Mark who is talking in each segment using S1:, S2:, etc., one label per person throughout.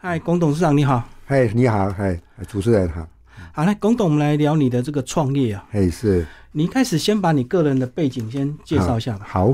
S1: 嗨，龚董事长你好。
S2: 嗨，你好，嗨，主持人好，
S1: 好，来，龚董，我们来聊你的这个创业啊。
S2: 嘿，是
S1: 你一开始先把你个人的背景先介绍一下吧。
S2: 好，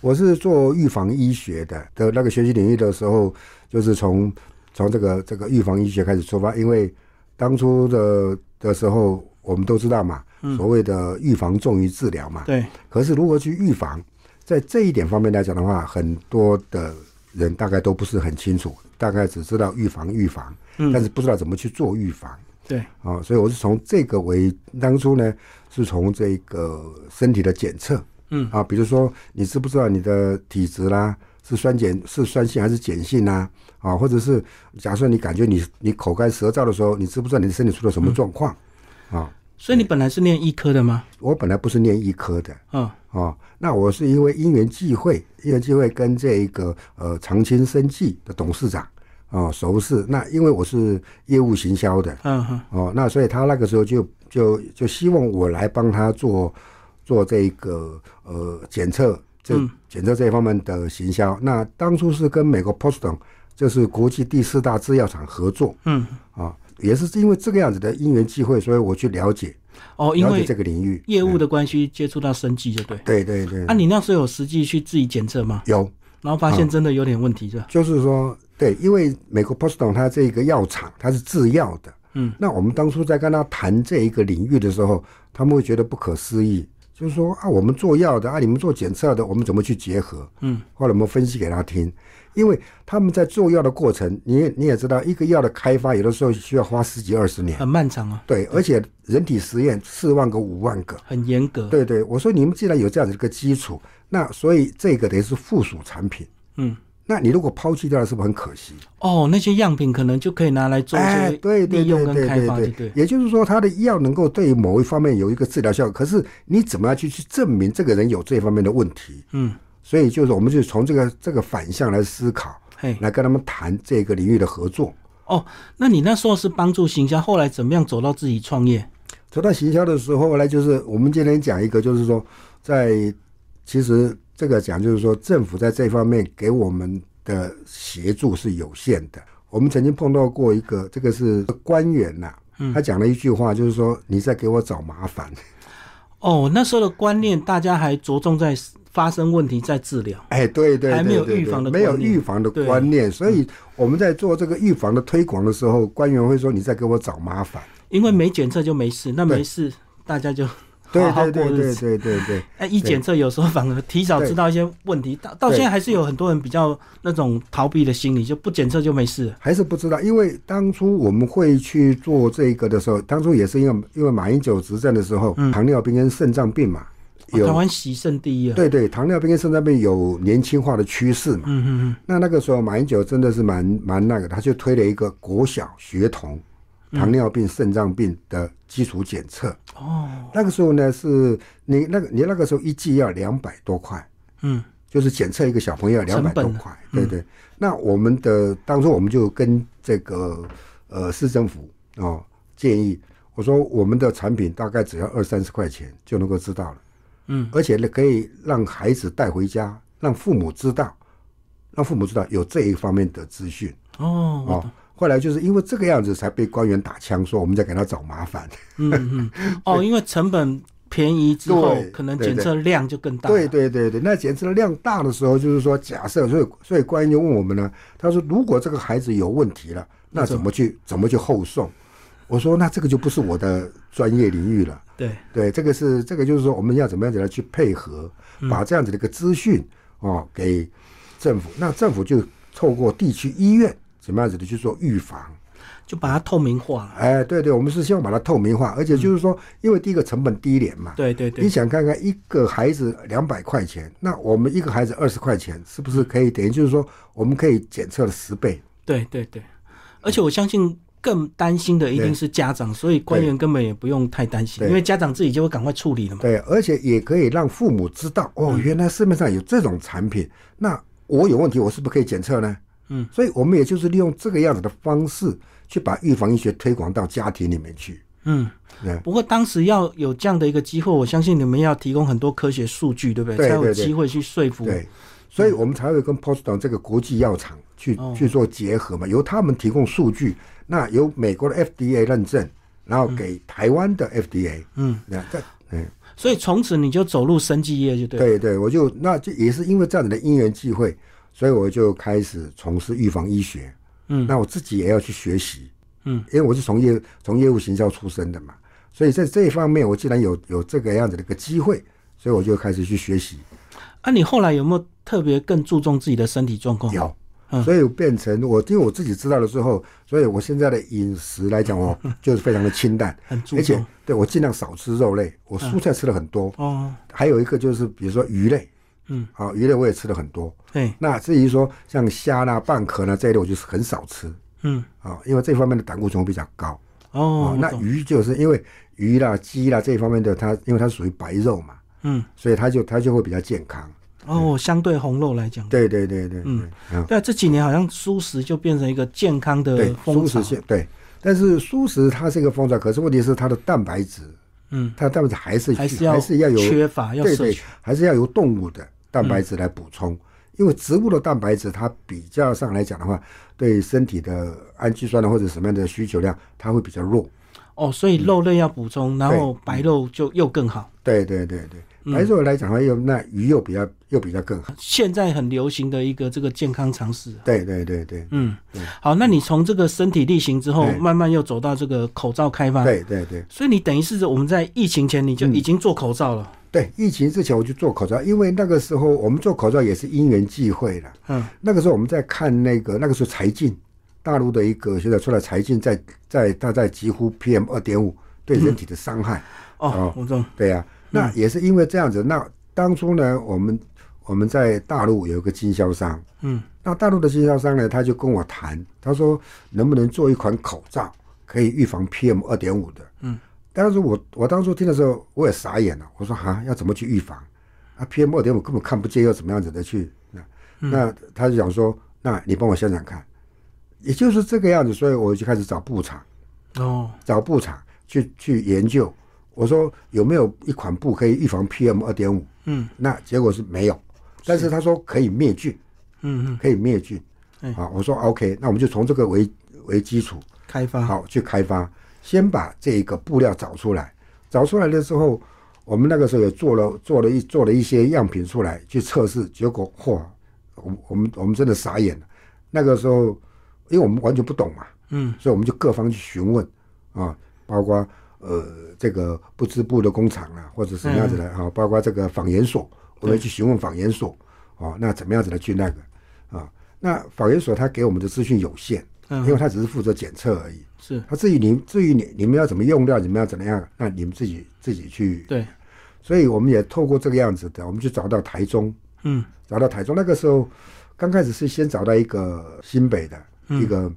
S2: 我是做预防医学的的那个学习领域的时候，就是从从这个这个预防医学开始出发，因为当初的的时候，我们都知道嘛，所谓的预防重于治疗嘛。
S1: 嗯对，
S2: 可是如何去预防，在这一点方面来讲的话，很多的人大概都不是很清楚，大概只知道预防预防，
S1: 嗯
S2: 但是不知道怎么去做预防。
S1: 对，
S2: 啊、所以我是从这个为当初呢，是从这个身体的检测，
S1: 嗯
S2: 啊，比如说你知不知道你的体质啦，是酸碱是酸性还是碱性啦、啊，或者是假设你感觉你你口干舌燥的时候，你知不知道你的身体出了什么状况？啊，
S1: 所以你本来是念医科的吗？
S2: 我本来不是念医科的，
S1: 嗯，
S2: 哦，那我是因为因缘际会，因缘际会跟这一个呃长青生技的董事长哦熟识，那因为我是业务行销的，
S1: 嗯哼，
S2: 哦，那所以他那个时候就就就希望我来帮他做做这个呃检测，这
S1: 嗯
S2: 检测这一方面的行销。那当初是跟美国 Poston，就是国际第四大制药厂合作，
S1: 嗯，
S2: 啊、也是因为这个样子的因缘际会，所以我去了解
S1: 哦，因
S2: 了解
S1: 为
S2: 这个嗯领域。
S1: 业务的关系接触到生计，就对。
S2: 对对对，
S1: 啊，你那时候有实际去自己检测吗？
S2: 有
S1: 然后发
S2: 嗯
S1: 现真的有点问题，是吧？
S2: 就是说，对，因为美国 Poston 它这个药厂它是制药的，嗯，那我们当初在跟他谈这一个领域的时候，他们会觉得不可思议，就是说啊，我们做药的啊，你们做检测的，我们怎么去结合？嗯，后来我们分析给他听，因为他们在做药的过程，你也你也知道，一个药的开发有的时候需要花十几二十年，
S1: 很漫长啊，
S2: 对，而且人体实验四万个五万个，
S1: 很严格。
S2: 对对，我说你们既然有这样子一个基础，那所以这个等于是附属产品，
S1: 嗯，
S2: 那你如果抛弃掉了，是不是很可惜？
S1: 哦，那些样品可能就可以拿来做一
S2: 哎，
S1: 些
S2: 对对
S1: 利用
S2: 对
S1: 跟
S2: 对
S1: 开发，
S2: 对
S1: 就对。
S2: 也就是说，他的药能够对某一方面有一个治疗效果，可是你怎么样去去证明这个人有这方面的问题？
S1: 嗯，
S2: 所以就是我们就从这个这个反向来思考，
S1: 嘿，
S2: 来跟他们谈这个领域的合作。
S1: 哦，那你那时候是帮助行销，后来怎么样走到自己创业？
S2: 走到行销的时候呢，就是我们今天讲一个，就是说，在其实这个讲就是说，政府在这方面给我们的协助是有限的。我们曾经碰到过一个，这个是官员呐、
S1: 嗯
S2: 他讲了一句话，就是说你在给我找麻烦。
S1: 哦，那时候的观念，大家还着重在发生问题再治疗。
S2: 哎，对对对对对，
S1: 还没有预防的
S2: 没有
S1: 观念
S2: 预防的
S1: 对
S2: 观念，所以我们在做这个预防的推广的时候，官员会说你在给我找麻烦。
S1: 因为没检测就没事，那
S2: 对
S1: 没事大家就好
S2: 对
S1: 好
S2: 对
S1: 过
S2: 对
S1: 日
S2: 对
S1: 子。
S2: 对对对。
S1: 哎，一检测有时候反而提早知道一些问题，到到
S2: 对
S1: 现在还是有很多人比较那种逃避的心理，就不检测就没事了。
S2: 还是不知道，因为当初我们会去做这个的时候，当初也是因为因为马英九执政的时候，糖尿病跟肾脏病嘛，
S1: 嗯哦
S2: 有、
S1: 台湾喜胜第一啊！
S2: 对对，糖尿病跟肾脏病有年轻化的趋势嘛。
S1: 嗯嗯嗯，
S2: 那那个时候马英九真的是蛮蛮那个，他就推了一个国小学童糖尿病、肾脏病的基础检测。
S1: 哦，
S2: 那个时候呢，是你那个你那个时候一剂要两百多块。
S1: 嗯，
S2: 就是检测一个小朋友两
S1: 成
S2: 百
S1: 本
S2: 多
S1: 啊
S2: 块，对对。那我们的当初我们就跟这个呃市政府哦建议，我说我们的产品大概只要二三十块钱就能够知道了，
S1: 嗯，
S2: 而且呢可以让孩子带回家，让父母知道，让父母知道有这一方面的资讯
S1: 哦，
S2: 哦。后来就是因为这个样子才被官员打枪，说我们在给他找麻烦。
S1: 嗯嗯，哦，因为成本便宜之后
S2: 对，
S1: 可能
S2: 对
S1: 检测量就更大。
S2: 对，对对对，那检测的量大的时候，就是说假设，所以所以官员就问我们呢，他说如果这个孩子有问题了，那怎么去怎么去后送？我说那这个就不是我的专业领域了。
S1: 对，
S2: 对，这个是这个就是说我们要怎么样子来去配合，把这样子的一个资讯哦给政府，那政府就透过地区医院怎么样子的去做预防。
S1: 就把它透明化了。
S2: 哎，对对，我们是希望把它透明化，而且就是说，因为第一个成本低廉嘛，
S1: 对对对
S2: 你，想看看一个孩子两百块钱，那我们一个孩子二十块钱，是不是可以等于就是说，我们可以检测了十倍？
S1: 对对对，
S2: 嗯
S1: 而且我相信更担心的一定是家长，所以官员根本也不用太担心，
S2: 对
S1: 因为家长自己就会赶快处理了嘛。
S2: 对，而且也可以让父母知道，哦，原来市面上有这种产品，那我有问题，我是不是可以检测呢？
S1: 嗯，
S2: 所以我们也就是利用这个样子的方式，去把预防医学推广到家庭里面去。
S1: 嗯
S2: 对，
S1: 不过当时要有这样的一个机会，我相信你们要提供很多科学数据，对不对？
S2: 对对
S1: 才有
S2: 对
S1: 机会去说服
S2: 对，所以我们才会跟 Poston 这个国际药厂去、
S1: 哦
S2: 去做结合嘛，由他们提供数据，那由美国的 FDA 认证，然后给台湾的 FDA，嗯，那这嗯。
S1: 所以从此你就走入生技业就对了。
S2: 对对，我就那就也是因为这样子的因缘际会，所以我就开始从事预防医学。
S1: 嗯
S2: 那我自己也要去学习。
S1: 嗯，
S2: 因为我是从业从业务行销出身的嘛，所以在这一方面，我既然有有这个样子的一个机会，所以我就开始去学习。
S1: 啊，你后来有没有特别更注重自己的身体状况？
S2: 有
S1: 嗯，
S2: 所以我变成我，因为我自己知道了之后，所以我现在的饮食来讲 哦，就是非常的清淡，
S1: 很注重
S2: 而且对我尽量少吃肉类，我蔬菜吃了很多，
S1: 哦，
S2: 还有一个就是比如说鱼类，
S1: 嗯，
S2: 啊，鱼类我也吃了很多，
S1: 对，
S2: 那至于说像虾啦、蚌壳啦这一类，我就是很少吃
S1: 嗯，
S2: 啊、因为这方面的胆固醇比较高啊、
S1: 哦，我
S2: 那
S1: 懂
S2: 鱼就是因为鱼啦、鸡啦这一方面的它，因为它属于白肉嘛，
S1: 嗯，
S2: 所以它就它就会比较健康。
S1: 哦，相对红肉来讲，
S2: 对对对对，嗯啊，
S1: 对啊，这几年好像素食就变成一个健康
S2: 对
S1: 的，
S2: 素
S1: 风潮
S2: 食，现对，但是素食它是一个风潮，可是问题是它的蛋白质，
S1: 嗯，
S2: 它的蛋白质还是
S1: 还是
S2: 还是要有
S1: 缺乏要
S2: 对
S1: 摄
S2: 对
S1: 取，，嗯
S2: 还是要由动物的蛋白质来补充，因为植物的蛋白质它比较上来讲的话，对身体的氨基酸的啊或者什么样的需求量，它会比较弱。
S1: 哦，所
S2: 嗯
S1: 以肉类要补充，然后白肉就又更好。
S2: 对对对对，
S1: 嗯
S2: 白肉来讲的话，又那鱼又比较又比较更好。
S1: 现在很流行的一个这个健康常识。
S2: 对对对对
S1: 嗯，好，那你从这个身体力行之后，
S2: 对
S1: 慢慢又走到这个口罩开发，，
S2: 对嗯对对
S1: 所以你等于是我们在疫情前你就已经做口罩了，
S2: 对，疫情之前我就做口罩，因为那个时候我们做口罩也是因缘际会了。
S1: 嗯，
S2: 那个时候我们在看那个那个时候财经，大陆的一个现在出来财经在在他在疾呼 PM 二点五对人体的伤害。
S1: 哦
S2: 哦，
S1: 我懂，
S2: 对呀、那也是因为这样子。那当初呢，我们我们在大陆有一个经销商，
S1: 嗯，
S2: 那大陆的经销商呢，他就跟我谈，他说能不能做一款口罩可以预防 PM 二点五的，嗯，但是我我当初听的时候我也傻眼了，我说哈要怎么去预防？啊，PM 二点五根本看不见，要怎么样子的去？那、那他就讲说，那你帮我想想看，也就是这个样子，所以我就开始找布厂。
S1: 哦，
S2: 找布厂去去研究，我说有没有一款布可以预防 PM 二点五？
S1: 嗯，
S2: 那结果是没有，但是他说可以灭菌，
S1: 嗯嗯，
S2: 可以灭菌。
S1: 嗯
S2: 啊，我说 OK，那我们就从这个为为基础，
S1: 开发，
S2: 好去开发，先把这个布料找出来，找出来的时候，我们那个时候也做了做了一做了一些样品出来去测试，结果嚯，我们我们我们真的傻眼了。那个时候，因为我们完全不懂嘛，
S1: 嗯，
S2: 所以我们就各方去询问啊，包括呃这个不织布的工厂啊，或者什么样子的啊，包括这个纺研所，我们去询问纺研所啊，那怎么样子的去那个啊？那纺研所他给我们的资讯有限，
S1: 嗯
S2: 因为他只是负责检测而已。
S1: 是
S2: 他至于你至于你你们要怎么用料，你们要怎么样，那你们自己自己去。
S1: 对，
S2: 所以我们也透过这个样子的，我们就找到台中，
S1: 嗯
S2: 找到台中。那个时候刚开始是先找到一个新北的一个、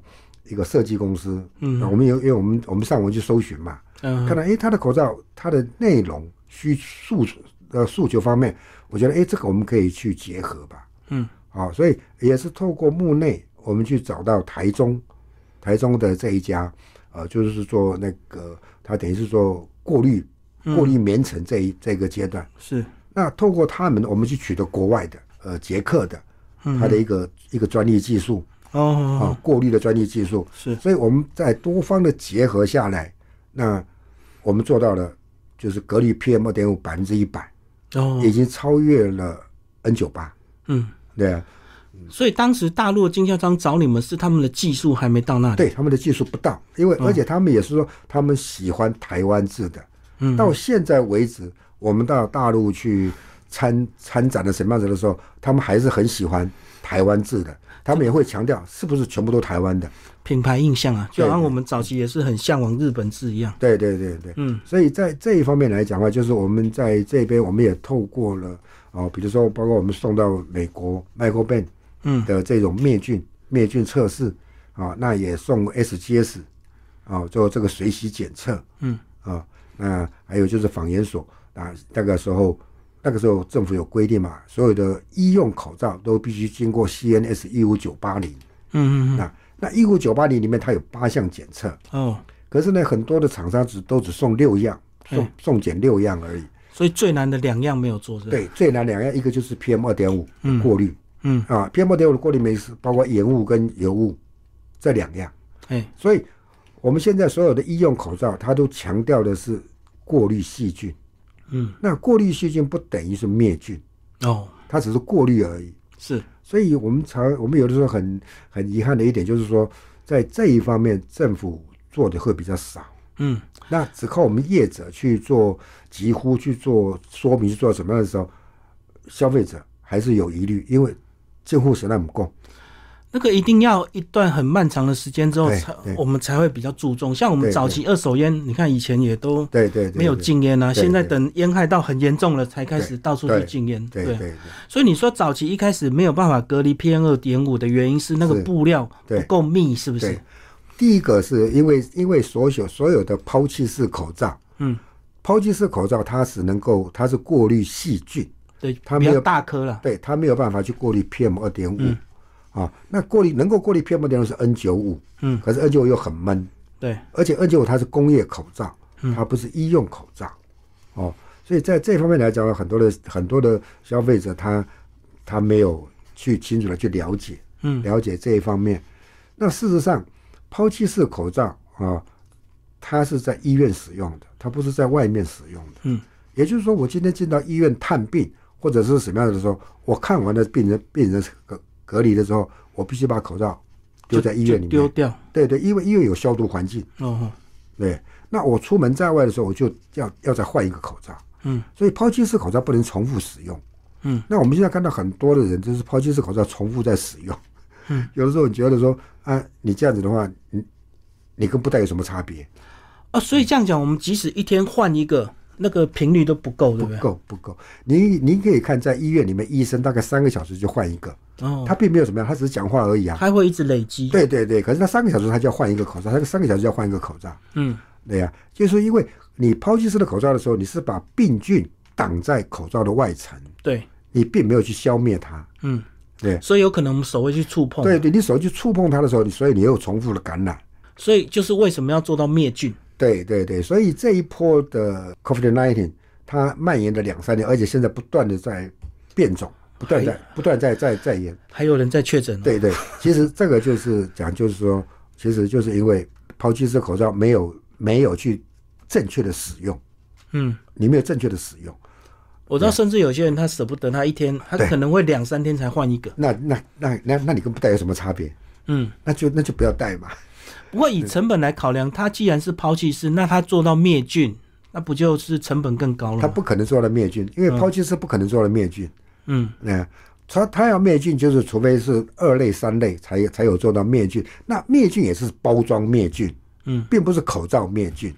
S2: 一个设计公司，
S1: 嗯
S2: 啊，我们有因为我们我们上网去搜寻嘛，
S1: 嗯
S2: 看到诶，他的口罩它的内容需诉呃诉求方面，我觉得诶，这个我们可以去结合吧，
S1: 嗯，
S2: 啊，所以也是透过幕内我们去找到台中台中的这一家，呃，就是做那个他等于是做过滤
S1: 嗯
S2: 过滤棉层这一、这个阶段。
S1: 是，
S2: 那透过他们，我们去取得国外的，呃，捷克的，它的一个、一个专利技术啊、
S1: 哦，
S2: 过滤的专利技术。
S1: 是，
S2: 所以我们在多方的结合下来，那我们做到了，就是隔离 PM 二点五百分之一百，
S1: 哦
S2: 已，经超越了 N 九八。
S1: 嗯，
S2: 对啊，
S1: 所以当时大陆的经销商找你们是他们的技术还没到那里，
S2: 对他们的技术不到，因为而且他们也是说他们喜欢台湾制的。
S1: 嗯
S2: 到现在为止，我们到大陆去参参展的什么样子的时候，他们还是很喜欢台湾制的，他们也会强调是不是全部都台湾的。
S1: 品牌印象啊，就好像
S2: 对对
S1: 我们早期也是很向往日本制一样，
S2: 对对对对，
S1: 嗯，
S2: 所以在这一方面来讲的话，就是我们在这边我们也透过了哦，比如说包括我们送到美国 Michael b e n
S1: 嗯
S2: 的这种灭菌灭菌测试啊，那也送 SGS 啊做这个水洗检测，
S1: 嗯
S2: 啊，那还有就是纺研所啊，那个时候那个时候政府有规定嘛，所有的医用口罩都必须经过 CNS 一五九八零，
S1: 嗯嗯
S2: 那那一五九八零里面它有八项检测，
S1: 嗯，哦，
S2: 可是呢，很多的厂商只都只送六样，
S1: 嗯
S2: 送送检六样而已。
S1: 所以最难的两样没有做，是吧？
S2: 对，最难两样，一个就是 PM 二点五过滤，
S1: 嗯
S2: 啊，PM 二过滤酶是包括盐雾跟油雾这两样，
S1: 哎，
S2: 所以我们现在所有的医用口罩，它都强调的是过滤细菌。
S1: 嗯，
S2: 那过滤细菌不等于是灭菌，
S1: 哦，
S2: 它只是过滤而已。
S1: 是，
S2: 所以我们常我们有的时候很很遗憾的一点就是说，在这一方面政府做的会比较少，
S1: 嗯，
S2: 那只靠我们业者去做疾呼去做说明去做什么样的时候，消费者还是有疑虑，因为近乎实在不够。
S1: 那个一定要一段很漫长的时间之后
S2: 对
S1: 才
S2: 对
S1: 我们才会比较注重。像我们
S2: 对
S1: 早期二手烟，你看以前也都
S2: 对对对
S1: 没有
S2: 对
S1: 禁烟啊，
S2: 对
S1: 现在
S2: 对
S1: 等烟害到很严重了才开始到处去
S2: 对
S1: 禁烟。
S2: 对对对，
S1: 所以你说早期一开始没有办法隔离 PM 二点五的原因是那个
S2: 是
S1: 布料不
S2: 对
S1: 够密，是不是
S2: 对？第一个是因为因为所有所有的抛弃式口罩，
S1: 嗯，
S2: 抛弃式口罩它是能够它是过滤细菌，
S1: 对，
S2: 它
S1: 比
S2: 没
S1: 较
S2: 有
S1: 大颗了。
S2: 对，它没有办法去过滤 PM 二点
S1: 嗯
S2: 五啊。那过滤能够过滤 PM 二点五是 N 九五，
S1: 嗯
S2: 可是 N 九五又很闷，
S1: 对，
S2: 而且 N 九五它是工业口罩，
S1: 嗯
S2: 它不是医用口罩，哦，所以在这方面来讲，很多的很多的消费者他他没有去清楚的去了解，
S1: 嗯
S2: 了解这一方面。那事实上，抛弃式口罩啊，它是在医院使用的，它不是在外面使用的。
S1: 嗯，
S2: 也就是说，我今天进到医院探病或者是什么样的时候，我看完了病人病人隔隔离的时候，我必须把口罩丢在医院里
S1: 就丢
S2: 面。
S1: 掉。
S2: 对对，因为医院有消毒环境。
S1: 哦，
S2: 对，那我出门在外的时候，我就要要再换一个口罩。
S1: 嗯，
S2: 所以抛弃式口罩不能重复使用。
S1: 嗯，
S2: 那我们现在看到很多的人就是抛弃式口罩重复在使用。
S1: 嗯，
S2: 有的时候你觉得说啊，你这样子的话，你你跟不戴有什么差别？
S1: 哦，所以这样讲，我们即使一天换一个，那个频率都不够，对
S2: 不
S1: 不对？
S2: 够不够。您您可以看在医院里面，医生大概三个小时就换一个，
S1: 哦，
S2: 他并没有怎么样，他只是讲话而已啊。
S1: 它会一直累积。
S2: 对对对，可是他三个小时他就要换一个口罩，他三个小时就要换一个口罩。
S1: 嗯，
S2: 对呀、就是因为你抛弃式的口罩的时候，你是把病菌挡在口罩的外层，
S1: 对，
S2: 你并没有去消灭它。
S1: 嗯，
S2: 对
S1: 所以有可能我们手会去触碰。
S2: 对，对，你手去触碰它的时候，你所以你又重复了感染。
S1: 所以就是为什么要做到灭菌？
S2: 对对对，所以这一波的 COVID-19 它蔓延了两三年，而且现在不断的在变种，不断地在
S1: 哎
S2: 不断地在在在演。
S1: 还有人在确诊、哦。，
S2: 对对，其实这个就是讲，就是说，其实就是因为抛弃式口罩没有没有去正确的使用，
S1: 嗯，
S2: 你没有正确的使用。
S1: 我知道，甚至有些人他舍不得，他一天他可能会两三天才换一个。
S2: 那那那那那你跟不戴有什么差别？
S1: 嗯，
S2: 那就那就不要戴嘛。
S1: 不过以成本来考量，它既然是抛弃式，那它做到灭菌，那不就是成本更高了
S2: 它
S1: 吗？
S2: 不可能做到灭菌，因为抛弃式不可能做到灭菌。
S1: 嗯，
S2: 嗯，它它要灭菌，就是除非是二类、三类才才有做到灭菌。那灭菌也是包装灭菌，
S1: 嗯，
S2: 并不是口罩灭菌，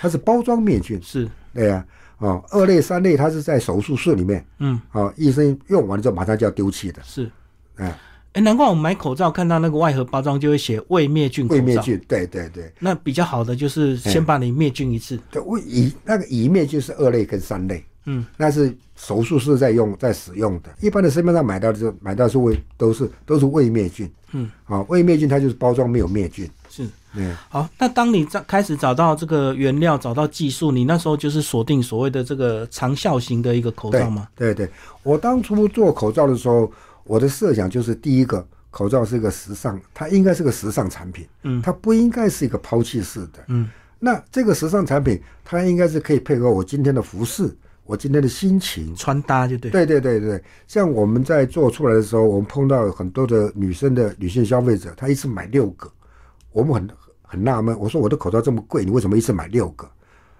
S2: 它是包装灭菌。
S1: 是，
S2: 对呀、哦，二类、三类它是在手术室里面，
S1: 嗯，
S2: 哦，医生用完了之后马上就要丢弃的，
S1: 是。
S2: 嗯，
S1: 哎、难怪我们买口罩看到那个外盒包装就会写未灭菌口
S2: 未
S1: 罩。
S2: 灭菌。对对对，
S1: 那比较好的就是先把你灭菌一次。
S2: 对，我乙那个乙面就是二类跟三类，
S1: 嗯，
S2: 那是手术室在用在使用的，一般的市面上买到的就买到是胃都是都是胃灭菌，
S1: 嗯，
S2: 啊、胃灭菌它就是包装没有灭菌，
S1: 是。
S2: 嗯，
S1: 好，那当你在开始找到这个原料、找到技术，你那时候就是锁定所谓的这个长效型的一个口
S2: 对
S1: 罩吗？
S2: 对对，我当初做口罩的时候，我的设想就是第一个。口罩是一个时尚，它应该是个时尚产品，
S1: 嗯
S2: 它不应该是一个抛弃式的，
S1: 嗯，
S2: 那这个时尚产品，它应该是可以配合我今天的服饰，我今天的心情，
S1: 穿搭就对。
S2: 对对对对，像我们在做出来的时候，我们碰到很多的女生的女性消费者，她一次买六个，我们很很纳闷，我说我的口罩这么贵，你为什么一次买六个？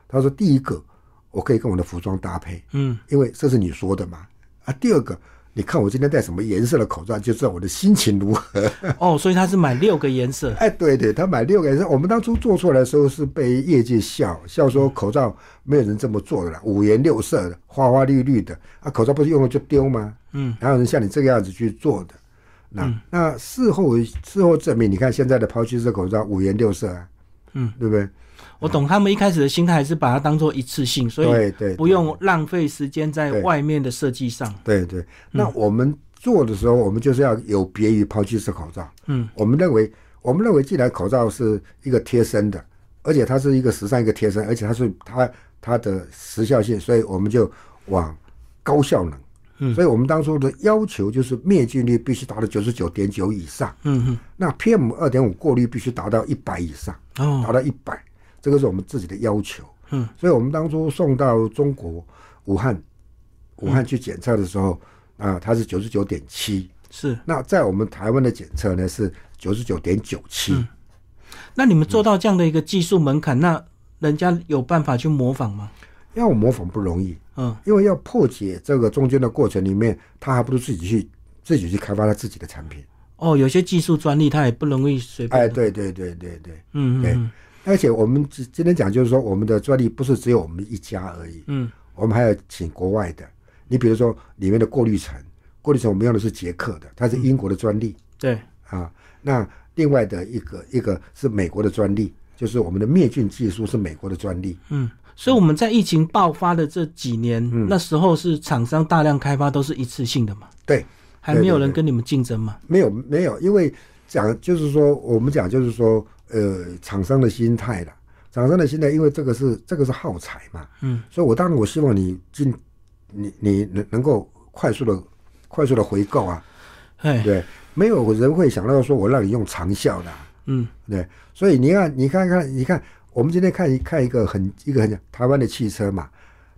S2: 她说第一个，我可以跟我的服装搭配，
S1: 嗯，
S2: 因为这是你说的嘛。啊，第二个，你看我今天戴什么颜色的口罩，就知道我的心情如何。
S1: 哦，所以他是买六个颜色。
S2: 哎，对对，他买六个颜色，我们当初做出来的时候是被业界笑笑说口罩没有人这么做的啦，五颜六色的，花花绿绿的啊，口罩不是用了就丢吗？
S1: 嗯，
S2: 哪有人像你这个样子去做的？那、那事后事后证明，你看现在的抛弃式口罩五颜六色啊，
S1: 嗯，
S2: 对不对？
S1: 我懂他们一开始的心态是把它当做一次性，所
S2: 对
S1: 以
S2: 对
S1: 不用浪费时间在
S2: 对
S1: 外面的设计上。
S2: 对对，那我们做的时候，我们就是要有别于抛弃式口罩。
S1: 嗯，
S2: 我们认为，我们认为，既然口罩是一个贴身的，而且它是一个时尚一个贴身，而且它是它它的时效性，所以我们就往高效能、嗯，所以我们当初的要求就是灭菌率必须达到九十九点九以上，
S1: 嗯嗯，
S2: 那 PM 二点五过滤必须达到一百以上，
S1: 哦
S2: 达到一百，这个是我们自己的要求。
S1: 嗯，
S2: 所以我们当初送到中国武汉，武汉去检测的时候，啊、它是九十九点七，
S1: 是。
S2: 那在我们台湾的检测呢是九十九点九七。
S1: 那你们做到这样的一个技术门槛，那人家有办法去模仿吗？
S2: 要模仿不容易，
S1: 嗯，
S2: 因为要破解这个中间的过程里面，他还不如自己去自己去开发他自己的产品。
S1: 哦，有些技术专利它也不容易随便。
S2: 哎，对对对对对，
S1: 嗯
S2: 对
S1: 嗯嗯，
S2: 而且我们今今天讲就是说，我们的专利不是只有我们一家而已，
S1: 嗯，
S2: 我们还要请国外的。你比如说里面的过滤层，过滤层我们用的是捷克的，它是英国的专利、
S1: 对，
S2: 啊。那另外的一个一个是美国的专利，就是我们的灭菌技术是美国的专利。
S1: 嗯。所以我们在疫情爆发的这几年，
S2: 嗯
S1: 那时候是厂商大量开发都是一次性的嘛，
S2: 对，
S1: 还
S2: 对
S1: 没有
S2: 对
S1: 人
S2: 对
S1: 跟你们竞争嘛。
S2: 没有没有，因为讲就是说，我们讲就是说，呃，厂商的心态啦，厂商的心态，因为这个是这个是耗材嘛，
S1: 嗯，
S2: 所以我当然我希望你进，你你能能够快速的快速的回购啊，
S1: 哎，
S2: 对，没有人会想到说我让你用长效的啊、
S1: 嗯，
S2: 对，所以你看，你看看，你看，我们今天看一看一个很一个很台湾的汽车嘛，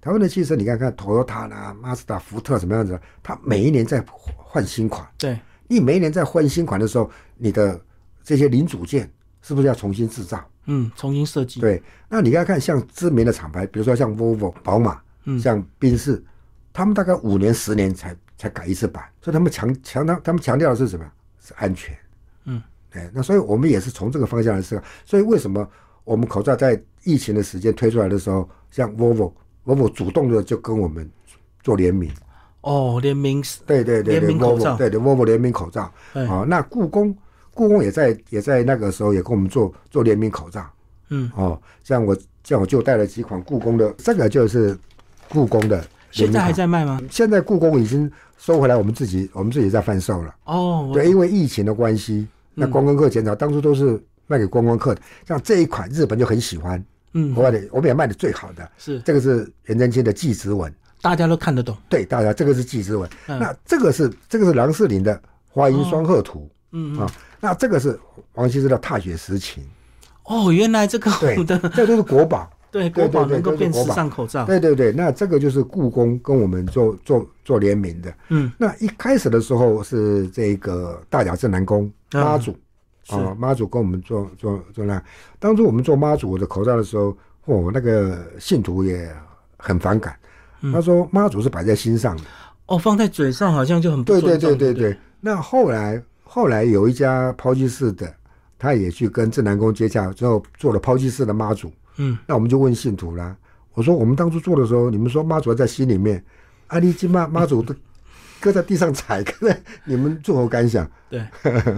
S2: 台湾的汽车，你看看 Toyota 啦、Mazda、福特什么样子，它每一年在换新款。
S1: 对，
S2: 你每一年在换新款的时候，你的这些零组件是不是要重新制造？
S1: 嗯，重新设计。
S2: 对，那你要看像知名的厂牌，比如说像 Volvo、宝马，
S1: 嗯
S2: 像宾士，他们大概五年、十年才才改一次版，所以他们强强调他们强调的是什么？是安全。
S1: 嗯，
S2: 哎，那所以我们也是从这个方向来思考。所以为什么我们口罩在疫情的时间推出来的时候，像 Volvo、Volvo 主动的就跟我们做联名，
S1: 哦，联名
S2: 对对对
S1: 联
S2: 对
S1: 名口罩
S2: ，Volvo 对对 Volvo 联名口罩。
S1: 对
S2: 哦，那故宫故宫也在也在那个时候也跟我们做做联名口罩。
S1: 嗯，
S2: 哦，像我像我就带了几款故宫的，这个就是故宫的联
S1: 现
S2: 名
S1: 在还
S2: 口罩。
S1: 在卖吗？
S2: 现在故宫已经收回来，我们自己我们自己在贩售了。
S1: 哦，嗯我
S2: 对，因为疫情的关系，那观光客减少，当初都是卖给观光客的。像这一款日本就很喜欢，
S1: 嗯
S2: 国外的我们也卖的最好的。
S1: 是
S2: 这个是颜真卿的祭侄文，
S1: 大家都看得懂。
S2: 对大家，这个是祭侄文。
S1: 嗯
S2: 那这个是这个是郎世宁的花音双鹤图。
S1: 嗯，嗯
S2: 啊，那这个是王羲之的《踏雪时晴
S1: 哦，原来这个》，
S2: 对
S1: 我，的
S2: 这都是 国宝。
S1: 对
S2: 对
S1: 国宝
S2: 对
S1: 能够
S2: 这是
S1: 变
S2: 国
S1: 时
S2: 宝
S1: 尚口罩。
S2: 对对对，那这个就是故宫跟我们做做做联名的。
S1: 嗯，
S2: 那一开始的时候是这个大甲镇南宫
S1: 嗯
S2: 妈祖
S1: 是
S2: 啊，妈祖跟我们做做做那。当初我们做妈祖的口罩的时候，哦，那个信徒也很反感，
S1: 嗯
S2: 他说妈祖是摆在心上的。
S1: 哦，放在嘴上好像就很不
S2: 对
S1: 尊
S2: 对
S1: 重
S2: 对对
S1: 不
S2: 对。那后来后来有一家抛弃式的，他也去跟正南宫接洽，之后做了抛弃式的妈祖。
S1: 嗯，
S2: 那我们就问信徒啦，我说我们当初做的时候，你们说妈祖还在心里面，阿力金妈妈祖都搁在地上踩， 搁在你们作何感想？
S1: 对，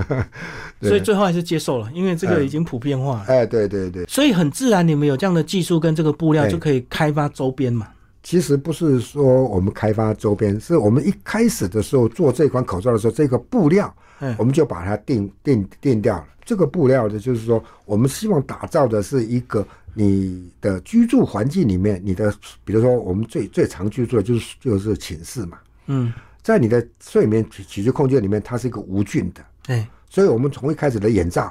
S2: 对
S1: 所以最后还是接受了，因为这个
S2: 嗯
S1: 已经普遍化了。
S2: 哎，对对对，
S1: 所以很自然，你们有这样的技术跟这个布料，
S2: 对
S1: 就可以开发周边嘛。
S2: 其实不是说我们开发周边，是我们一开始的时候做这款口罩的时候，这个布料
S1: 嗯，
S2: 我们就把它定定定掉了。这个布料的，就是说，我们希望打造的是一个你的居住环境里面，你的，比如说我们最最常居住的就是就是寝室嘛，
S1: 嗯，
S2: 在你的睡眠起起居空间里面，它是一个无菌的，
S1: 哎，
S2: 所以我们从一开始的眼罩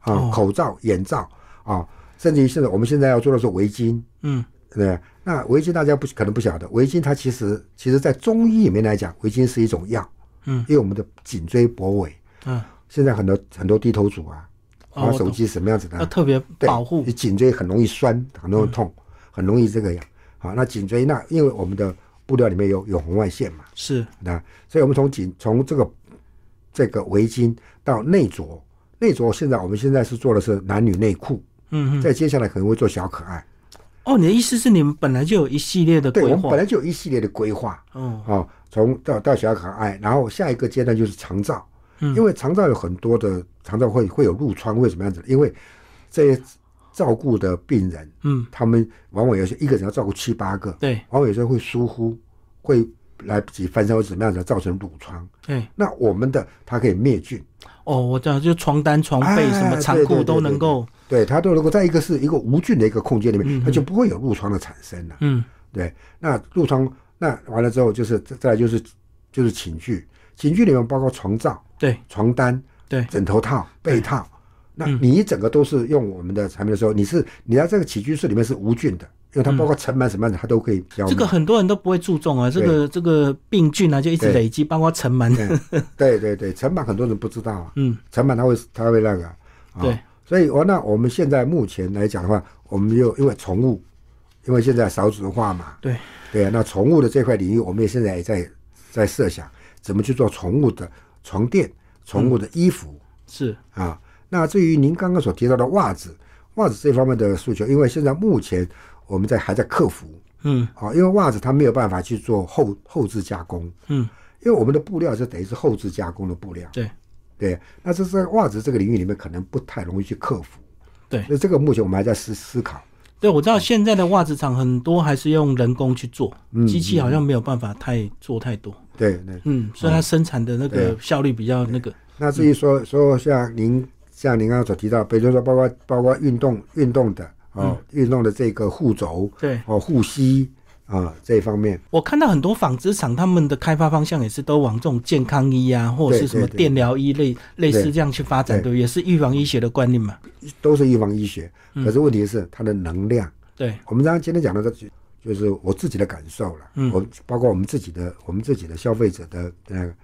S2: 啊、
S1: 哦
S2: 口罩、眼罩啊，甚至于现在我们现在要做的是围巾，
S1: 嗯，
S2: 对，那围巾大家不可能不晓得，围巾它其实其实在中医里面来讲，围巾是一种药，
S1: 嗯
S2: 因为我们的颈椎脖尾，
S1: 嗯，
S2: 现在很多很多低头族啊，
S1: 哦
S2: 滑
S1: 我
S2: 手
S1: 懂
S2: 机什么样子的啊、
S1: 要特别
S2: 对
S1: 保护嗯
S2: 你。颈椎很容易酸，很容易痛，很容易这个样。好，那颈椎那因为我们的布料里面有有红外线嘛，
S1: 是，
S2: 那所以我们从颈从这个这个围巾到内着，内着现在我们现在是做的是男女内裤，
S1: 嗯嗯。
S2: 再接下来可能会做小可爱。
S1: 哦，你的意思是你们本来就有一系列的
S2: 对，我
S1: 规
S2: 们
S1: 划
S2: 本。来就有一系列的规划。
S1: 哦，
S2: 哦，从到到小可爱，然后下一个阶段就是长照，
S1: 嗯
S2: 因为长照有很多的长照会会有褥疮，会怎么样子？因为这些照顾的病人，
S1: 嗯，
S2: 他们往往有些一个人要照顾七八个，
S1: 对，
S2: 往往有时候会疏忽，会来不及翻身或怎么样子，造成褥疮。
S1: 哎，
S2: 那我们的它可以灭菌，
S1: 哦，我知道，就床单、床被
S2: 哎
S1: 什么仓
S2: 对
S1: 库
S2: 对对
S1: 都能够，
S2: 对它都能够在一个是一个无菌的一个空间里面，它就不会有褥疮的产生了。
S1: 嗯，
S2: 对，那褥疮那完了之后就是再再来就是就是寝具，寝具里面包括床罩、
S1: 对
S2: 床单、
S1: 对
S2: 枕头套、
S1: 嗯
S2: 被套。那你一整个都是用我们的产品的时候，你是你在这个起居室里面是无菌的，因为它包括尘螨什么样的，它都可以消
S1: 这
S2: 灭。
S1: 个很多人都不会注重啊，这个这个病菌啊就一直累积，包括尘螨。
S2: 对对对，尘螨很多人不知道啊，
S1: 嗯，
S2: 尘螨它会它会那个，啊
S1: 对，
S2: 所以我那我们现在目前来讲的话，我们又因为宠物，因为现在少子化嘛，
S1: 对，
S2: 对啊，那宠物的这块领域，我们也现在也在在设想怎么去做宠物的床
S1: 嗯
S2: 垫、宠物的衣服。
S1: 是
S2: 啊。那至于您刚刚所提到的袜子，袜子这方面的诉求，因为现在目前我们在还在克服，
S1: 嗯
S2: 啊，因为袜子它没有办法去做后后置加工，
S1: 嗯，
S2: 因为我们的布料是等于是后置加工的布料，
S1: 对
S2: 对，那这在袜子这个领域里面可能不太容易去克服，
S1: 对
S2: 所以这个目前我们还在思思考，
S1: 对，我知道现在的袜子厂很多还是用人工去做，
S2: 嗯
S1: 机器好像没有办法太做太多。
S2: 对对。
S1: 嗯，所以它生产的那个
S2: 哦对
S1: 效率比较那个。
S2: 那至于说说像您像您刚刚所提到，比如说包括包括运动运动的哦，运动的这个护肘
S1: 对
S2: 哦护膝啊、这一方面，
S1: 我看到很多纺织厂他们的开发方向也是都往这种健康衣啊，或者是什么
S2: 对对对
S1: 电疗衣类类似
S2: 对
S1: 这样去发展，对
S2: 对
S1: 不对？也是预防医学的观念嘛。
S2: 都是预防医学，可是问题是它的能量。
S1: 对，
S2: 我们刚刚今天讲的，这就是我自己的感受了。嗯，我包括我们自己的，我们自己的消费者的那个，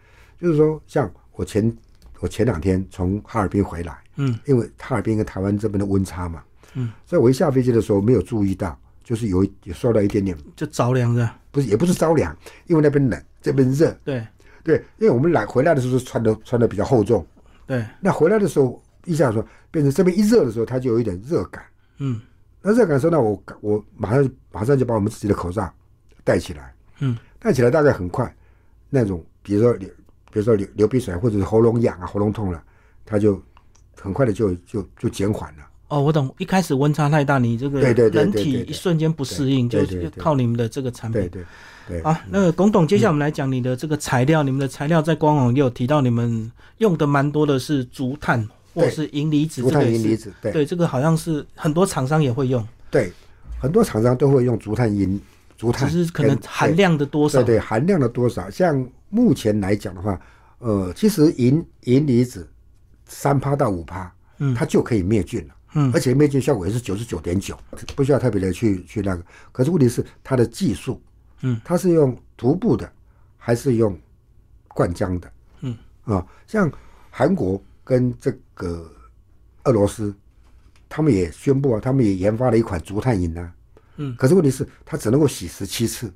S2: 就是说，像我前我前两天从哈尔滨回来，
S1: 嗯，
S2: 因为哈尔滨跟台湾这边的温差嘛，嗯，所以我一下飞机的时候没有注意到，就是有一有受到一点点，
S1: 就着凉的。
S2: 不是也不是着凉，因为那边冷，这边热，
S1: 对
S2: 对，因为我们来回来的时候是穿的穿的比较厚重，
S1: 对，
S2: 那回来的时候一下说变成这边一热的时候，它就有一点热感。
S1: 嗯
S2: 那热感受到我我马上马上就把我们自己的口罩戴起来，
S1: 嗯，
S2: 戴起来大概很快，那种比如说流比如说流流鼻水或者是喉咙痒啊喉咙痛了，它就很快的就就就减缓了。
S1: 哦，我懂。一开始温差太大，你这个
S2: 对对对对
S1: 人
S2: 对
S1: 体
S2: 对
S1: 一瞬间不适应，就
S2: 对对对
S1: 就靠你们的这个产品
S2: 对。对对，
S1: 好，啊那个龚董，接下来我们来讲你的这个材料，你们的材料在官网也有提到，你们用的蛮多的是竹炭或
S2: 对
S1: 是银离子，
S2: 竹炭
S1: 这个也
S2: 银
S1: 是
S2: 离子对啊
S1: 对，这个好像是很多厂商也会用，
S2: 对，很多厂商都会用竹炭银竹
S1: 只
S2: 炭，
S1: 是可能
S2: 跟
S1: 含量的多少
S2: 对，对含量的多少，像目前来讲的话，呃，其实银银离子三趴到五趴，
S1: 嗯
S2: 它就可以灭菌了。
S1: 嗯
S2: 而且灭菌效果也是九十九点九，不需要特别的去去那个。可是问题是它的技术，
S1: 嗯，
S2: 它是用涂布的，还是用灌浆的？
S1: 嗯
S2: 啊，像韩国跟这个俄罗斯，他们也宣布啊，他们也研发了一款竹炭饮啊。
S1: 嗯，
S2: 可是问题是，它只能够洗十七次，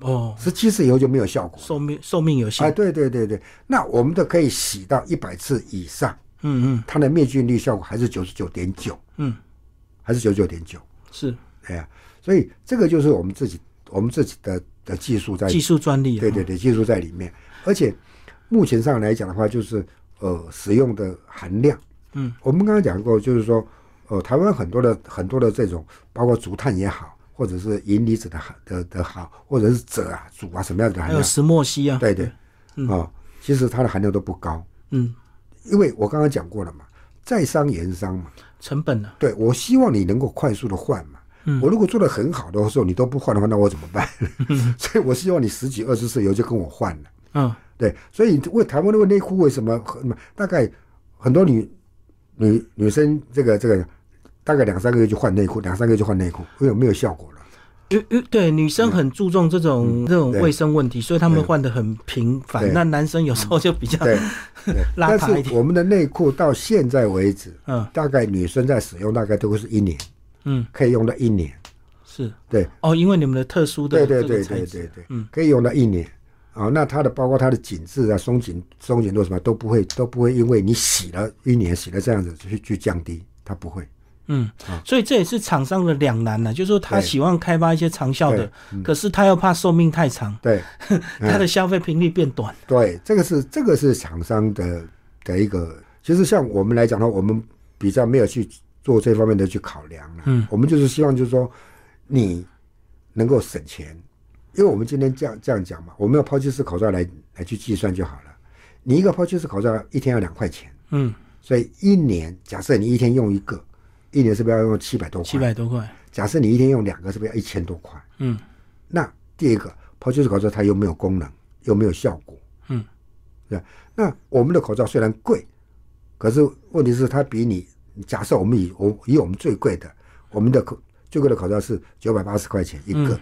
S1: 哦，
S2: 十七次以后就没有效果。
S1: 寿命寿命有限
S2: 哎，，对对对对，那我们的可以洗到一百次以上，
S1: 嗯嗯
S2: 它的灭菌率效果还是九十九点九，
S1: 嗯，
S2: 还是九九点九，
S1: 是
S2: 哎呀，所以这个就是我们自己我们自己的的技术在，
S1: 技术专利啊，
S2: 对对对，技术在里面，而且目前上来讲的话，就是呃使用的含量，
S1: 嗯，
S2: 我们刚刚讲过，就是说呃台湾很多的很多的这种，包括竹炭也好，或者是银离子的含的的好，或者是锗啊、锗啊什么样的含
S1: 还有
S2: 量，
S1: 石墨烯啊，
S2: 对对，啊、其实它的含量都不高。
S1: 嗯，
S2: 因为我刚刚讲过了嘛，在商言商嘛，
S1: 成本啊呢，
S2: 对我希望你能够快速的换嘛。我如果做的很好的时候，你都不换的话，那我怎么办？所以我希望你十几二十次以后就跟我换了。
S1: 嗯，
S2: 对，所以为台湾的内裤为什么很大概很多女女女生这个这个大概两三个月就换内裤，两三个月就换内裤，因为没有效果了。
S1: 因因对女生很注重这种这种
S2: 嗯对
S1: 卫生问题，所以他们换的很频繁，
S2: 对
S1: 那男生有时候就比 较
S2: 对，对
S1: 邋
S2: 但
S1: 遢一点
S2: 是我们的内裤到现在为止，
S1: 嗯
S2: 大概女生在使用大概都会是一年，
S1: 嗯
S2: 可以用到一年。
S1: 是。
S2: 对，
S1: 哦，因为你们的特殊的
S2: 对对
S1: 这个
S2: 对
S1: 材
S2: 对
S1: 质嗯
S2: 对，对，可以用到一年。啊，那它的包括它的紧致啊、松紧、松紧度什么都不会都不会因为你洗了一年洗了这样子去去降低，它不会。
S1: 嗯，
S2: 啊
S1: 所以这也是厂商的两难呢、就是说他
S2: 对
S1: 喜欢开发一些长效的，
S2: 嗯
S1: 可是他又怕寿命太长，
S2: 对
S1: 他的消费频率变短。
S2: 对，这个是这个是厂商的的一个，其实像我们来讲的话，我们比较没有去做这方面的去考量了。嗯，我们就是希望就是说你能够省钱，因为我们今天这样这样讲嘛，我们用抛弃式口罩来来去计算就好了。你一个抛弃式口罩一天要两块钱。
S1: 嗯，
S2: 所以一年，假设你一天用一个，一年是不是要用七百多
S1: 七
S2: 块？
S1: 百多块。
S2: 假设你一天用两个，是不是要一千多块？
S1: 嗯
S2: 那第一个抛弃式口罩它又没有功能，又没有效果，
S1: 嗯
S2: 对吧？那我们的口罩虽然贵，可是问题是它比你假设我们以我以我们最贵的，我们的口最贵的口罩是九百八十块钱一个，
S1: 嗯